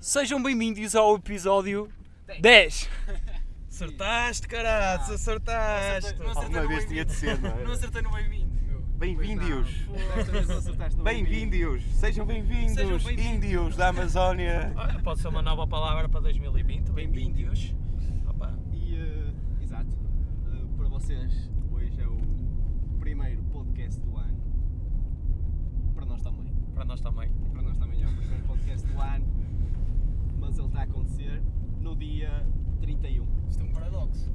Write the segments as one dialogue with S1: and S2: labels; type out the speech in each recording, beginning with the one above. S1: Sejam bem-vindos ao episódio 10.
S2: Acertaste, caralho, acertaste!
S1: Não acertei
S3: Alguma
S1: no
S3: vez tinha de
S1: bem-vindo.
S3: ser, não
S1: Não
S3: é?
S1: acertei no bem-vindo, meu.
S3: Bem-vindos!
S2: Desta vez acertaste no
S3: Bem-vindos! Sejam
S1: Sejam
S3: bem-vindos,
S1: bem-vindos.
S3: índios da Amazónia!
S2: Olha, Pode ser uma nova palavra para 2020, bem-vindos. Opa,
S4: E, eh, exato, Eh, para vocês, hoje é o primeiro podcast do ano. Para nós também.
S2: para nós também.
S4: Para nós também é o primeiro podcast do ano. Mas ele está a acontecer no dia 31.
S5: Isto é um paradoxo.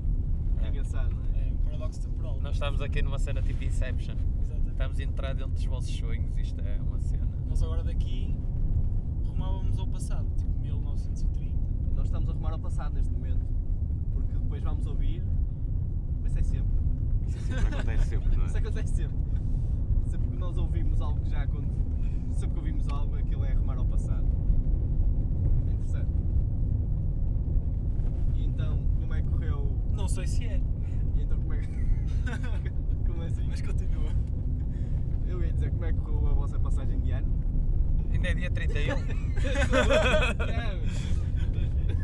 S2: É.
S4: Engraçado, não é?
S5: É um paradoxo temporal.
S2: Nós estamos aqui numa cena tipo Inception.
S5: Exatamente.
S2: Estamos a entrar dentro dos vossos sonhos, isto é uma cena.
S5: Nós agora daqui rumávamos ao passado, tipo 1930.
S4: Nós estamos a arrumar ao passado neste momento. Porque depois vamos ouvir. Mas é sempre.
S3: Acontece sempre, não
S4: Isso
S3: é?
S4: acontece sempre. Sempre que nós ouvimos algo que já aconteceu. Sempre que ouvimos algo, aquilo é arrumar ao passado. É interessante. E então, como é que correu.
S5: Não sei se é,
S4: E então, como é que. como é assim?
S5: mas continua.
S4: Eu ia dizer como é que correu a vossa passagem de ano.
S2: Ainda é dia 31?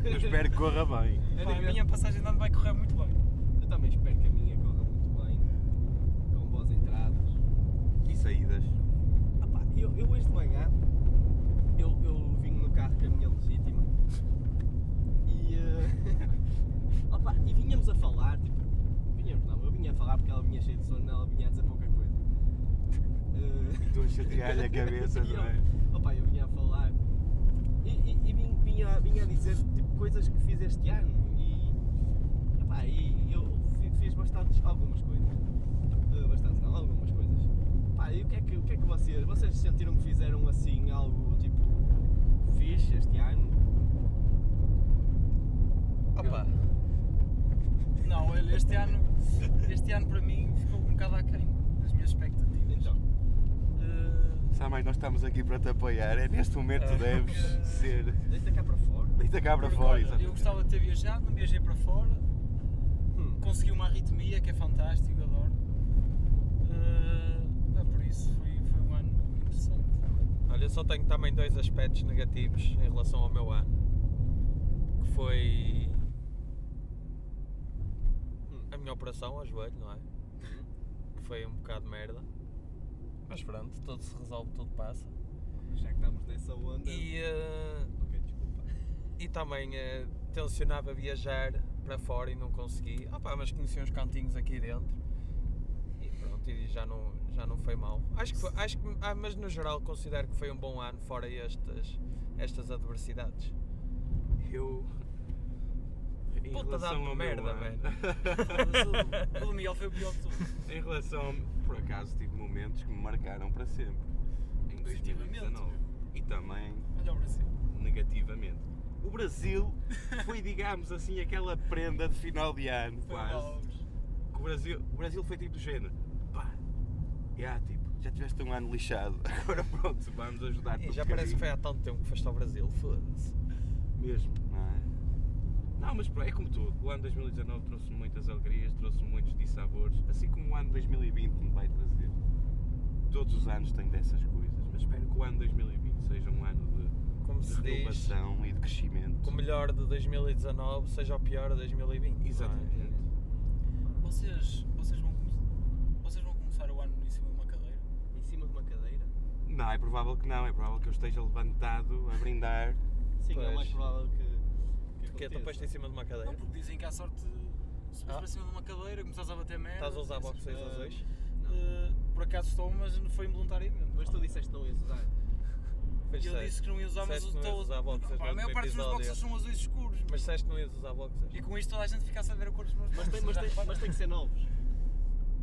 S3: Eu espero que corra bem.
S5: Pá, a
S4: divertido.
S5: minha passagem de ano vai correr muito bem.
S4: Eu também espero que a minha corra muito bem. Com boas entradas.
S3: E saídas?
S4: Ah pá, eu, eu hoje de manhã eu, eu vim no carro com a minha legítima e, eh, opá, e vinhamos a falar, tipo, vinhamos não, eu vinha a falar porque ela vinha cheia de sono, ela vinha a dizer pouca coisa. Eh,
S3: Estou a chatear-lhe a cabeça,
S4: e eu-
S3: não é?
S4: opá, eu vinha a falar e, e, e vim- vinha, vinha a dizer tipo, coisas que fiz este ano e, opá, e eu fi- fiz bastantes, algumas coisas. Eh, bastantes não, algumas coisas. Pá, e o que é que, o que, é que vocês, vocês sentiram que fizeram assim algo tipo fixe este ano?
S2: Opa,
S5: Não, olha, este ano, este ano para mim ficou um bocado aquém das minhas expectativas.
S4: Então,
S5: Eh,
S3: Sabe, mãe, nós estamos aqui para te apoiar. É neste momento
S2: É.
S3: que deves ser.
S4: deita cá para fora.
S3: Deita cá para
S5: porque,
S3: fora,
S5: olha,
S3: exato.
S5: eu gostava de ter viajado, não viajei para fora.
S4: Hum.
S5: consegui uma arritmia que é fantástico, adoro. Eh, é por isso foi, foi um ano interessante.
S2: olha, eu só tenho também dois aspectos negativos em relação ao meu ano. Que foi
S4: Hum.
S2: a minha operação ao joelho, não é? Que foi um bocado de merda. Mas pronto, tudo se resolve, tudo passa.
S4: Já que estamos nessa onda.
S2: E, eh,
S4: Ok, desculpa.
S2: e também eh, tensionava viajar para fora e não consegui. Ah pá, mas conheci uns cantinhos aqui dentro. E pronto, e já não, já não foi mal. Acho que, foi- acho que ah, mas no geral considero que foi um bom ano fora estas, estas adversidades.
S3: Eu. Em
S2: Puta dá
S3: relação ao
S2: me
S3: meu
S2: merda,
S3: ano-
S2: velho.
S5: Foda-se, O o do Miguel foi o pior de tudo.
S3: Em relação, ao- por acaso, tive momentos que me marcaram para sempre. Em
S5: Positivamente.
S3: 2019. E também
S5: Olha o Brasil.
S3: negativamente. O Brasil foi, digamos assim, aquela prenda de final de ano,
S5: Foi
S3: quase.
S5: maus.
S3: Que o, Brasil, o Brasil foi tipo do género. Pá, já, tipo, já tiveste um ano lixado, agora pronto, vamos ajudar-te.
S2: E
S3: um
S2: já parece que foi
S3: bocadinho."
S2: há tanto tempo que foste ao Brasil, foda-se.
S3: Mesmo, não é? Não, mas pronto, é como tudo. O ano 2019 trouxe muitas alegrias, trouxe muitos dissabores, assim como o ano 2020 me vai trazer. Todos os anos tem dessas coisas, mas espero que o ano 2020 seja um ano de,
S2: Como
S3: de
S2: se diz,
S3: renovação e de crescimento.
S2: que o melhor de 2019 seja o pior de 2020. não é?
S3: Exatamente.
S5: Vocês, vocês, vão, come- vocês vão começar o ano em cima de uma cadeira?
S4: Em cima de uma cadeira?
S3: Não, é provável que não, é provável que eu esteja levantado a brindar.
S4: Sim, é
S2: Pois.
S4: mais provável que. que
S2: Porque é tu
S4: aconteça.
S2: pões-te em cima de uma
S5: Não,
S2: cadeira.
S5: porque dizem que há sorte se fores
S2: Ah.
S5: para cima de uma cadeira, começas a bater merda.
S2: Estás a usar
S5: essas
S2: boxers
S5: coisas.
S2: azuis?
S5: Eh, por acaso estou, mas não foi involuntariamente.
S4: Mas tu disseste que não ias usar.
S2: Pois
S5: Eu
S2: sei.
S5: disse que não ia usar, mas
S2: Disseste que não
S5: estou.
S2: ias usar boxers,
S5: Pá, A
S2: mas
S5: maior
S2: no
S5: parte dos meus
S2: episódio-
S5: boxers são azuis escuros.
S2: Mas disseste que não ias usar boxers.
S5: E com isto toda a gente fica a saber a cor dos meus
S4: Mas tem,
S5: boxers,
S4: mas,
S5: já
S4: tem, mas
S5: reparaste?
S4: tem que ser novos.
S5: Não,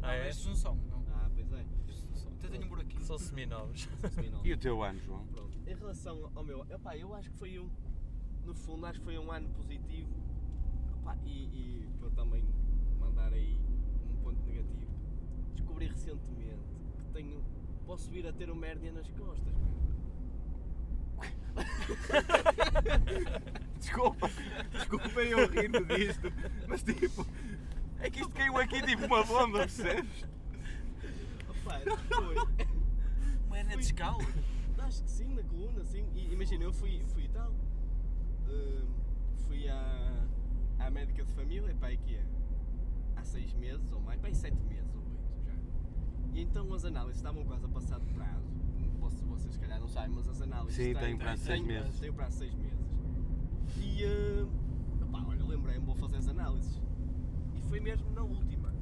S2: Ah, é?
S5: estes não são, não.
S4: Ah, pois é.
S5: Estes não são. Até tenho um buraquinho.
S2: São seminovos.
S4: Sim, novos.
S3: E o teu ano, João?
S4: Pronto. Em relação ao meu, epá, eu acho que foi um, no fundo, acho que foi um ano positivo. Epá, e, e para também mandar aí um ponto negativo, descobri recentemente que tenho, posso vir a ter um hérnia nas costas. meu.
S3: Desculpa, desculpa eu rindo disto, mas tipo, é que isto caiu aqui tipo uma bomba, percebes?
S4: Epá, é, foi.
S5: Uma hérnia de escala?
S4: acho que sim, na coluna, sim. E imagina, eu fui, fui e tal. hum, fui à, à médica de família, pá, aqui é, há seis meses ou mais, bem sete meses ou oito já. E então as análises estavam quase a passar do prazo. Posso, vocês se calhar não sabem, mas as análises.
S3: Sim,
S4: têm-
S3: tem prazo de seis
S4: têm-
S3: meses.
S4: Têm prazo de seis meses. E, eh, pá, olha, lembrei-me, vou fazer as análises. E foi mesmo na última.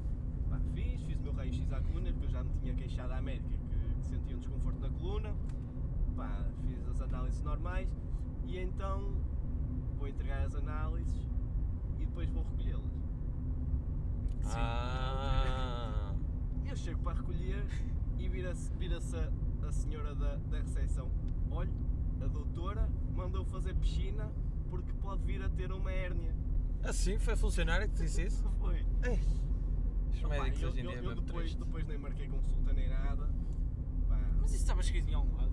S4: Pá, fiz, fiz o meu raio-x à coluna, porque eu já me tinha queixado à médica que, que sentia um desconforto na coluna. Pá, fiz as análises normais e então vou entregar as análises e depois vou recolhê-las.
S2: Ah,
S4: Eu chego para recolher e vira-se vira a, a senhora da, da recepção. Olha, a doutora mandou fazer piscina porque pode vir a ter uma hérnia.
S2: assim foi funcionário que te disse isso?
S4: Foi.
S2: Ei, os
S4: Opa,
S2: médicos
S4: eu,
S2: hoje em
S4: eu-
S2: dia é
S4: eu
S2: mesmo
S4: depois,
S2: triste.
S4: depois nem marquei consulta nem nada. Pá,
S5: Mas isso estava escrito em algum lado.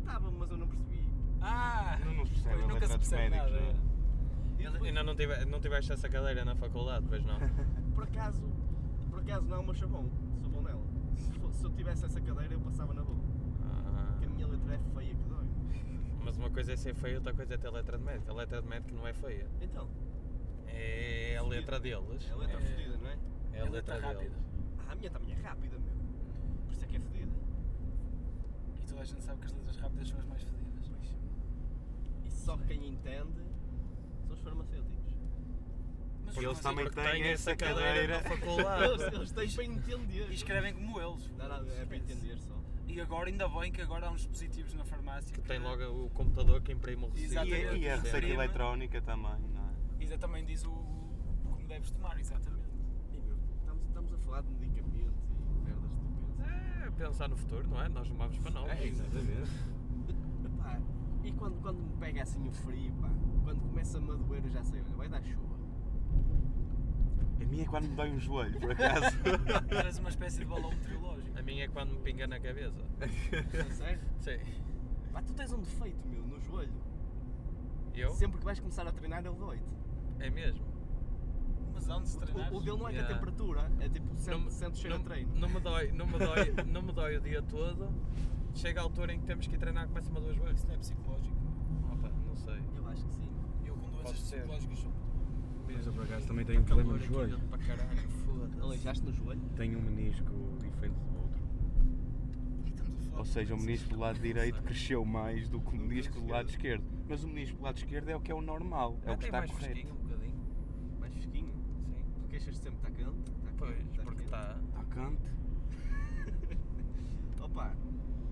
S4: estava, mas eu não percebi.
S5: Ah!
S3: Não, não se percebe,
S5: Pois,
S3: não
S5: nunca se
S3: tratos
S5: percebe
S3: médicos,
S5: nada.
S3: não
S4: E
S2: Ainda-
S4: depois-
S2: Ainda não, tive, não tiveste essa cadeira na faculdade, pois não?
S4: Por acaso, por acaso não, mas sou bom. Sou bom nela. Se, fo- se eu tivesse essa cadeira, eu passava na boa.
S2: Ah,
S4: Porque a minha letra é feia que dói.
S2: mas uma coisa é ser feia, outra coisa é ter letra de médico. A letra de médico não é feia.
S4: Então,
S2: É a letra deles.
S4: é a letra
S2: É-
S4: fodida, não é?
S2: É a letra deles.
S5: rápida.
S4: Ah, a minha também é rápida, meu. Por isso é que é fodida.
S5: E toda a gente sabe que as letras rápidas são as mais fodidas.
S4: E só quem entende são os farmacêuticos.
S5: Mas
S3: Porque
S5: os
S3: eles também
S5: farmacêuticos
S2: Porque
S3: têm
S2: tem essa
S3: essa
S2: cadeira
S3: cadeira.
S2: na
S4: Eles,
S2: faculdade.
S4: eles têm para entender.
S5: E escrevem como eles.
S4: Não, não, é para entender só.
S5: E agora, ainda bem que agora há uns dispositivos na farmácia
S2: Que Tipo, tem logo o computador que imprime o recibo.
S3: é?
S5: Exatamente.
S3: E, e a
S5: Sim.
S3: receita
S5: Prima.
S3: eletrónica também, não é?
S5: Ainda também diz o, o como deves tomar, exatamente.
S4: Estamos, estamos a falar de medicamentos e merdas de doenças.
S2: É pensar no futuro, não é? Nós vamos para nós.
S3: exatamente.
S4: Pá, e quando, quando me pega assim o frio, pá, quando começa-me a doer, eu já sei, olha, vai dar chuva.
S3: A minha é quando me dói um joelho, por acaso.
S5: Tens uma espécie de balão meteorológico.
S2: A minha é quando me pinga na cabeça.
S4: Não sei.
S2: Sim.
S4: Pá, tu tens um defeito, meu, no joelho.
S2: Eu?
S4: Sempre que vais começar a treinar, ele doite.
S2: É mesmo.
S3: é
S5: Mas onde se treinar?
S4: O, o dele não é que a
S2: Yeah.
S4: temperatura, é tipo,
S2: Não-
S4: sente, sente cheiro
S2: não,
S4: a treino.
S2: Não me dói, não me dói, não me dói o dia todo. Chega a altura em que temos que ir treinar com essa uma duas vezes.
S5: Isso não é psicológico.
S2: Opa, não sei.
S4: Eu acho que sim.
S5: Eu com doenças
S2: Pode ser.
S5: psicológicas sou.
S3: Mas eu por acaso também tenho um problema no
S2: Calor aqui
S3: joelho.
S2: dentro para caralho, foda-se.
S4: Aleijaste no joelho?
S3: Tenho um menisco diferente do outro.
S5: Estamos a falar
S3: Ou
S5: de
S3: seja, o
S5: doenças.
S3: menisco do lado direito cresceu mais do que o menisco do lado esquerdo. Mas o menisco do lado esquerdo é o que é o normal, é o
S2: Ah, tem
S3: que está
S2: mais
S3: correto.
S2: fresquinho um bocadinho.
S4: Mais fresquinho?
S2: Sim.
S4: Tu queixas-te sempre que está quente? Está quente, tá
S2: Pois, porque
S4: quente.
S5: tá.
S2: está.
S3: Está cante.
S4: Opa,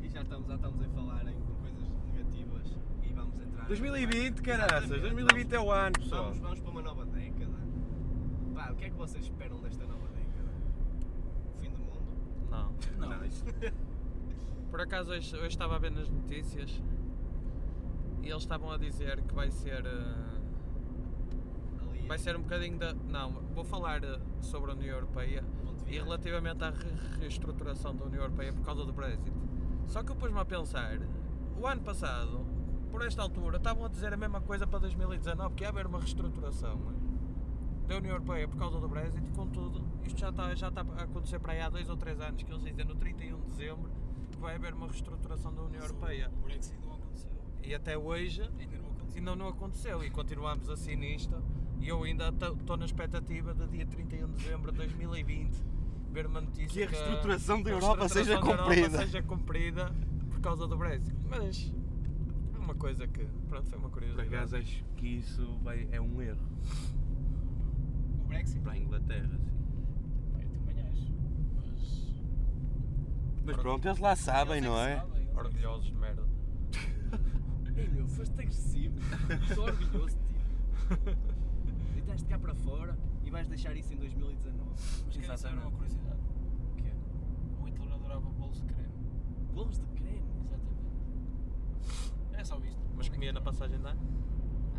S4: e já estamos, já estamos a falar em coisas negativas e vamos entrar.
S3: 2020, caraças!
S4: Exatamente.
S3: 2020 é o ano, pessoal!
S4: Vamos, vamos para uma nova década. Pá, o que é que vocês esperam desta nova década? O fim do mundo? é.
S2: Não.
S5: Não.
S2: Por acaso hoje, hoje estava a ver nas notícias e eles estavam a dizer que vai ser. eh,
S4: Ali.
S2: Vai ser um bocadinho da. Não, vou falar eh, sobre a União Europeia e relativamente à re- reestruturação da União Europeia por causa do Brexit. Só que eu pus-me a pensar, o ano passado, por esta altura, estavam a dizer a mesma coisa para 2019, que ia haver uma reestruturação eh, da União Europeia por causa do Brexit, contudo, isto já está, já está a acontecer para aí há dois ou três anos, que eles dizem no 31 de dezembro que vai haver uma reestruturação da União
S5: Mas o-
S2: Europeia.
S5: O Brexit não aconteceu.
S2: E até hoje
S5: Ainda não aconteceu.
S2: ainda não aconteceu e continuamos assim nisto. E eu ainda estou na expectativa de dia 31 de dezembro de 2020 ver uma notícia
S3: Que a
S2: a
S3: reestruturação da
S2: a
S3: Europa
S2: reestruturação
S3: seja
S2: da Europa
S3: cumprida.
S2: seja cumprida por causa do Brexit. Mas é uma coisa que, pronto, foi uma
S3: Por acaso
S2: curiosidade.
S3: acho que isso vai- é um erro
S5: O Brexit?
S3: para a Inglaterra. assim. sim.
S5: Pá, Eu também acho. Mas.
S3: Mas pronto, eles lá sabem,
S5: Eles
S3: não
S5: que
S3: é?
S5: sabem, eles que
S2: Orgulhosos de merda.
S5: é
S4: Ei meu, foste agressivo. Estou orgulhoso de ti. Deitaste cá para fora e vais deixar isso em 2019.
S5: sabem. Mas queria saber uma
S2: Exatamente.
S5: curiosidade. O quê? O Hitler adorava bolos de creme.
S4: Bolos de creme.
S5: Exatamente. Era É só isto.
S2: Mas comia na passagem de ano.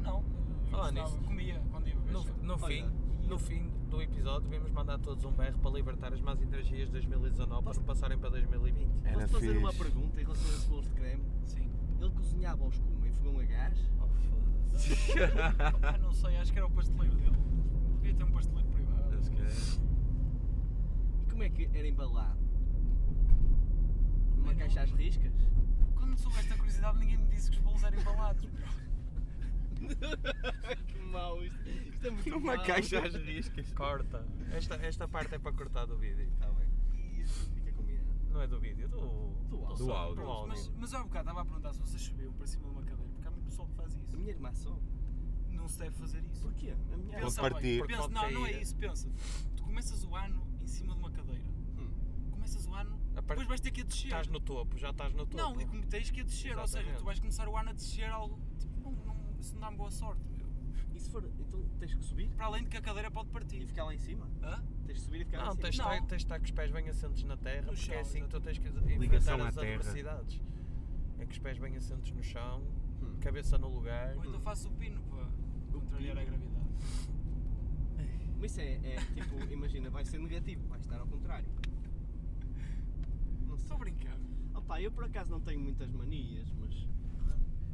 S5: Não. eu
S2: Fala
S5: gostava,
S2: nisso.
S5: Comia quando ia beber.
S2: No, no
S4: Olha,
S2: fim,
S4: e- é.
S2: no fim do episódio, devemos mandar todos um BR para libertar as más energias de 2019 para não passarem para 2020.
S3: Era
S4: Posso fazer uma
S3: fixe.
S4: pergunta em relação a esses bolos de creme?
S5: Sim.
S4: Ele cozinhava-os como? Em fogão a gás?
S2: Oh, foda-se.
S5: Ah, não sei, acho que era o pasteleiro dele. Devia ter um pasteleiro privado.
S3: Acho que é.
S4: E como é que era embalado? Numa
S5: Bem,
S4: caixa
S5: não-
S4: às riscas?
S5: Quando soube esta curiosidade, ninguém me disse que os bolos eram embalados.
S4: que mau isto. Isto é muito
S3: Numa
S4: mau.
S3: caixa às riscas.
S2: Corta. Esta, esta parte é para cortar do vídeo.
S4: Tá bem. Isso, fica combinado.
S2: Não é do vídeo, do,
S4: Do áudio.
S3: Do áudio.
S2: do áudio.
S5: Mas, mas há um bocado estava a perguntar se vocês subiam para cima de uma cadeira, porque há muito pessoal que faz
S4: A
S5: isso.
S4: minha irmã só.
S5: Não se deve fazer isso.
S4: Porquê? A minha
S3: Pode
S5: Pensa
S3: partir.
S5: bem,
S2: Porque
S5: pensa,
S2: pode
S5: não, não é
S2: cair.
S5: isso, pensa. Tu começas o ano em cima de uma cadeira.
S4: Hum.
S5: Começas o ano,
S2: A parte-
S5: depois vais ter que a descer.
S2: Estás no topo, já estás no topo.
S5: Não, e como tens que a descer, ou seja,
S2: Exatamente.
S5: tu vais começar o ano a descer algo. Tipo, não, não, isso não dá-me boa sorte, meu.
S4: E se for, então tens que subir
S5: Para além de que a cadeira pode
S4: e
S5: partir.
S4: ficar lá em cima?
S5: Hã?
S4: Tens de subir e ficar lá
S2: Não,
S4: em cima?
S2: tens de
S5: assim. Não.
S2: estar- tens de estar com os pés bem assentos na terra,
S5: No
S2: porque
S5: chão,
S2: é assim que tu tens que
S3: Ligação
S2: enfrentar
S3: à
S2: as
S3: terra.
S2: adversidades. É com os pés bem assentos no chão,
S4: Hum.
S2: cabeça no lugar.
S5: Ou
S3: Hum.
S5: então faço o pino para contrariar a gravidade.
S4: Mas isso é, é tipo, imagina, vai ser negativo, vai estar ao contrário. Não
S5: Estou
S4: sei.
S5: a brincar.
S4: Opa, eu por acaso não tenho muitas manias, mas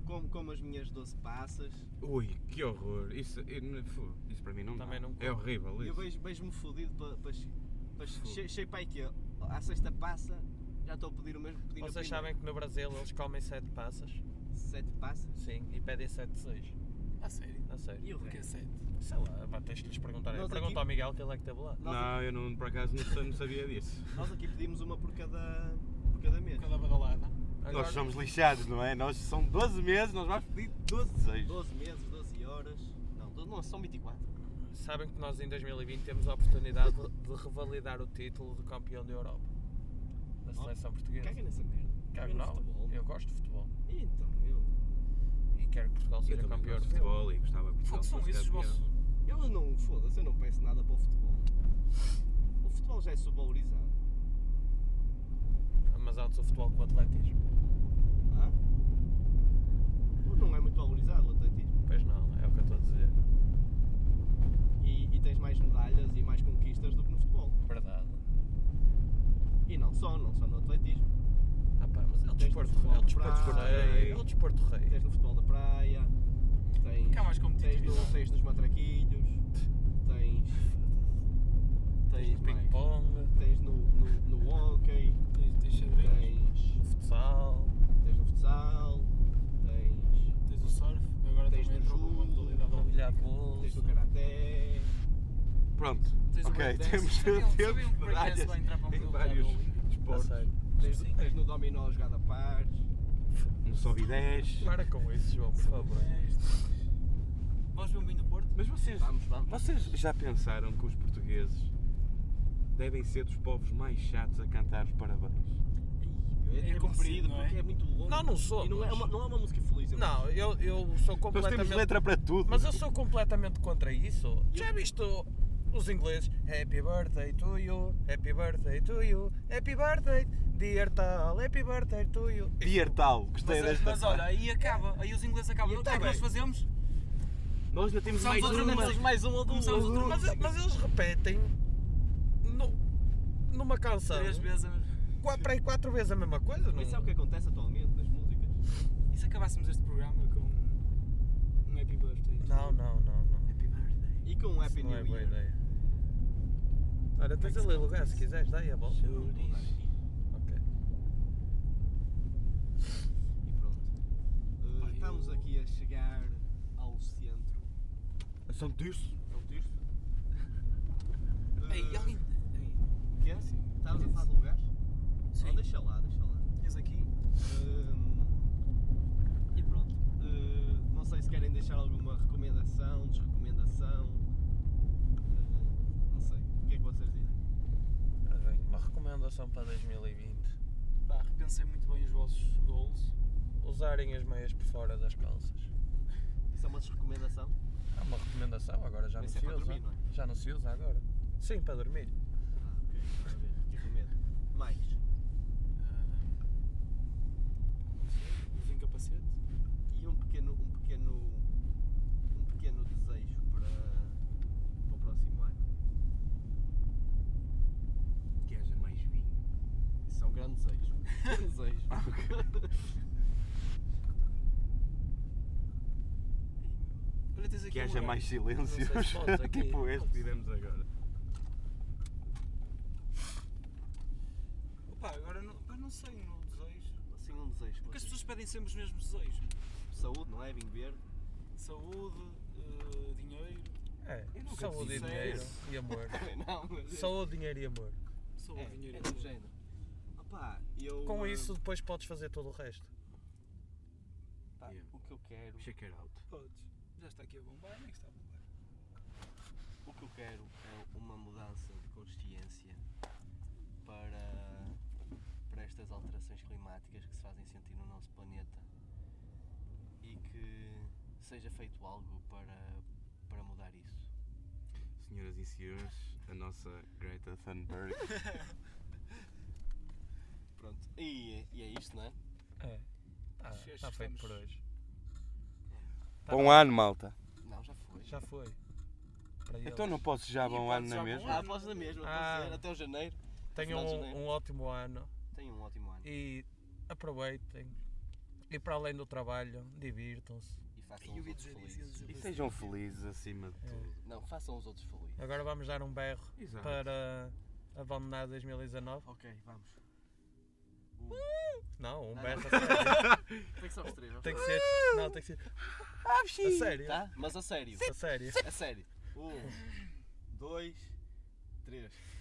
S4: como, como as minhas 12 passas,
S3: Ui, que horror. Isso, eu não- fu, isso para mim não
S2: Também
S3: dá.
S2: não-
S3: É horrível
S4: eu
S3: isso.
S4: vejo- vejo-me fodido para. Pa, pa,
S3: Fogo.
S4: Chei para aqui, à sexta passa, já estou a pedir o mesmo
S5: assim,
S4: pedido.
S2: Vocês sabem que no Brasil eles comem sete passas,
S4: 7 passas?
S2: sim, e pedem sete seis.
S5: A sério.
S2: A sério.
S4: E o
S5: Porque é
S4: resto?
S5: sete.
S2: Sei lá, pá, tens que lhes perguntar.
S4: Nós
S2: Pergunta
S4: aqui-
S2: ao Miguel que ele é que teve lá.
S4: Nós
S3: Não, eu não, por acaso não, sei- não sabia disso.
S4: Nós aqui pedimos uma por cada, por cada mês.
S5: Cada badalada.
S2: Agora-
S3: Nós somos lixados, não é? Nós são 12 meses, nós vamos pedir 12 desejos.
S4: 12 meses, 12 horas. Não, 12, não são 24.
S2: Sabem que nós em 2020 temos a oportunidade de de revalidar o título de campeão da Europa da
S4: Oh,
S2: seleção portuguesa.
S4: Caga nessa merda.
S2: Cago
S4: no
S2: não,
S4: futebol.
S2: eu gosto de futebol
S4: E Então, eu.
S2: e quero que Portugal seja
S3: Eu também
S2: campeão
S3: gosto de
S2: europeu.
S3: futebol e gostava que
S5: Fogo,
S3: Portugal
S5: são
S3: fosse
S5: esses os
S3: campeão.
S5: vossos-
S4: Eu não, foda-se, eu não peço nada para o futebol. O futebol já é subvalorizado.
S2: Mas antes o futebol com o atletismo.
S4: Hã? Ou Não é muito valorizado o atletismo.
S2: Pois não, é o que eu estou a dizer.
S4: E, e tens mais medalhas e mais conquistas do que no futebol.
S2: Verdade.
S4: E não só, não só no atletismo.
S2: Ah pá, mas é o
S4: Tens
S2: desporto,
S4: futebol
S2: é o desporto
S4: praia.
S2: rei. É o desporto rei.
S4: Tens no futebol da praia, tens,
S5: Porque há mais é?
S4: tens, no-
S5: competitividade.
S4: tens nos matraquilhos, tens.
S2: Tens
S4: Tens
S2: o
S4: mais.
S2: ping-pong,
S4: Tens no, no, no hockey,
S5: Tens, tens xadrez,
S4: tens,
S2: o futsal.
S4: tens no futsal, tens,
S5: tens o surf, agora
S4: Tens
S5: também
S4: no
S5: entrou com uma
S4: judo,
S5: modalidade
S2: O bilhar de
S5: olímpica.
S4: tens no
S2: bolso.
S4: karaté.
S3: Pronto,
S5: Tens o
S3: ok,
S5: breakdance.
S3: temos
S5: Sabiam- sabiam é que
S3: temos
S5: o breakdance vai entrar para uma
S3: medalhas em
S5: modalidade
S3: vários
S5: olímpica?
S3: esportes.
S2: A sério.
S4: Tens,
S5: Sim.
S4: tens no dominó jogado a pares.
S3: Um sobe 10.
S2: Para com isso, João, por favor.
S5: Vós ver um vinho do Porto?
S3: Mas vocês,
S4: Vamos, vamos.
S3: vocês já pensaram que os portugueses devem ser dos povos mais chatos a cantar os parabéns?
S4: Ai,
S5: É
S4: É, é
S5: comprido,
S4: comprido
S5: não é?
S4: porque é muito longo.
S2: Não, não sou.
S4: E não é, uma, não é uma música feliz. é uma
S2: Não, eu, eu sou
S3: Nós
S2: completamente.
S3: temos letra para tudo.
S2: Mas eu sou completamente contra isso. Já viste os ingleses? Happy birthday to you, happy birthday to you, happy birthday, dear tal, happy birthday to you.
S3: Dear tal, gostei
S5: Mas,
S3: desta.
S5: mas olha, aí acaba, aí os ingleses acabam.
S4: é? E tá
S5: O que é que
S4: acaba
S5: nós
S4: aí.
S5: fazemos?
S3: Nós ainda temos
S5: Somos
S3: mais
S5: outra
S3: uma.
S5: música.
S4: mais um ou dois.
S5: Começamos outra
S2: Mas, mas eles repetem no- numa canção
S5: Três vezes.
S2: quatro, para aí quatro vezes a mesma coisa, não
S4: Mas sabe o que acontece atualmente nas músicas?
S5: E se acabássemos este programa com um happy birthday?
S2: Não, não, não, não.
S5: Happy birthday.
S4: E com um Happy
S2: Isso não é
S4: New
S2: boa
S4: Year.
S2: ideia. Olha, tens ali lugar se quiseres, dá aí a bola. Ok.
S4: E pronto. Uh,
S5: Pá, eu-
S4: estamos aqui a chegar ao centro.
S3: São terço.
S4: É um terço? Eh,
S5: Ei, alguém.
S4: Quer? Estavas é assim, a falar de lugares?
S5: Sim.
S4: Não, deixa lá, deixa lá.
S5: Tinhas aqui.
S4: Hum, e pronto. Uh, não sei se querem deixar alguma recomendação, desrecomendação. Uh, não sei. O que é que vocês dizem?
S2: Ora bem, Uma recomendação para 2020.
S5: Pá, repensei muito bem os vossos gols.
S2: usarem as meias por fora das calças.
S4: Isso é uma desrecomendação?
S2: Há uma recomendação, agora já não
S4: Mas
S2: se
S4: é para
S2: usa.
S4: dormir, não é?
S2: Já não se usa agora. Sim, para dormir.
S4: Ah, ok. Está a ver. Fiquei com medo. Mais.
S5: Eh, Usem capacete.
S4: E um pequeno, um pequeno, um pequeno desejo para, para o próximo ano.
S3: Que haja mais vinho.
S4: Isso é um grande desejo. Um grande desejo.
S5: Olha, tens aqui
S3: Que
S5: um
S3: haja
S5: buraco.
S3: mais silêncios.
S2: Não sei se podes aqui.
S3: tipo este que tivemos agora.
S5: Opa, agora não, pá, não sei o meu desejo.
S4: Assim um desejo.
S5: Porque
S4: vocês.
S5: as pessoas pedem sempre os mesmos desejos.
S4: Saúde, não é? Vinho verde.
S5: saúde, eh, dinheiro,
S2: É,
S3: Eu nunca
S2: saúde e
S3: disse
S2: dinheiro
S3: isso.
S2: e amor.
S4: Não, mas.
S2: Saúde, dinheiro e amor.
S5: saúde,
S4: é,
S5: dinheiro
S4: é
S5: e
S4: do
S5: saúde.
S4: género. Opá, eu.
S2: Com
S4: ah,
S2: isso depois podes fazer todo o resto.
S4: pá, O que eu quero.
S3: Check it out.
S5: Podes. Já está aqui a bombar, nem que está a bombar.
S4: O que eu quero é uma mudança de consciência para, para estas alterações climáticas que se fazem sentir no nosso planeta e que seja feito algo para, para mudar isso.
S3: Senhoras e senhores, a nossa Greta Thunberg.
S4: Pronto, e é, e é isto, não é?
S2: É. Tá,
S5: Acho que
S2: tá feito
S5: estamos-
S2: por hoje. Tá
S3: Bom ano, malta.
S4: Não, já foi.
S2: Já foi. Para
S3: Então
S2: eles.
S3: não é posso já
S2: E
S3: bom
S2: podes
S3: ano na
S2: já bom
S3: mesma?
S4: Ah, posso na mesma,
S2: Ah.
S4: posso dizer, até o janeiro.
S2: Tenham
S4: Final de
S2: um,
S4: janeiro.
S2: um ótimo ano
S4: Tenham um ótimo ano.
S2: e
S4: E,
S2: aproveitem. E para além do trabalho, divirtam-se.
S4: façam os outros
S2: Ah,
S4: felizes.
S3: E sejam felizes acima de
S2: É.
S3: tudo.
S4: Não, façam os outros felizes.
S2: Agora vamos dar um berro
S3: Exato.
S2: para abandonar 2019.
S4: Ok, vamos.
S2: Não, um
S4: Não,
S2: berro
S4: não.
S2: a sério.
S4: Tem é que ser os três,
S2: Tem que ser. Não, tem que ser.
S3: Ah,
S2: A sério.
S4: Tá? Mas a sério.
S2: A sério.
S4: A sério. Um, dois, três.
S3: Ah!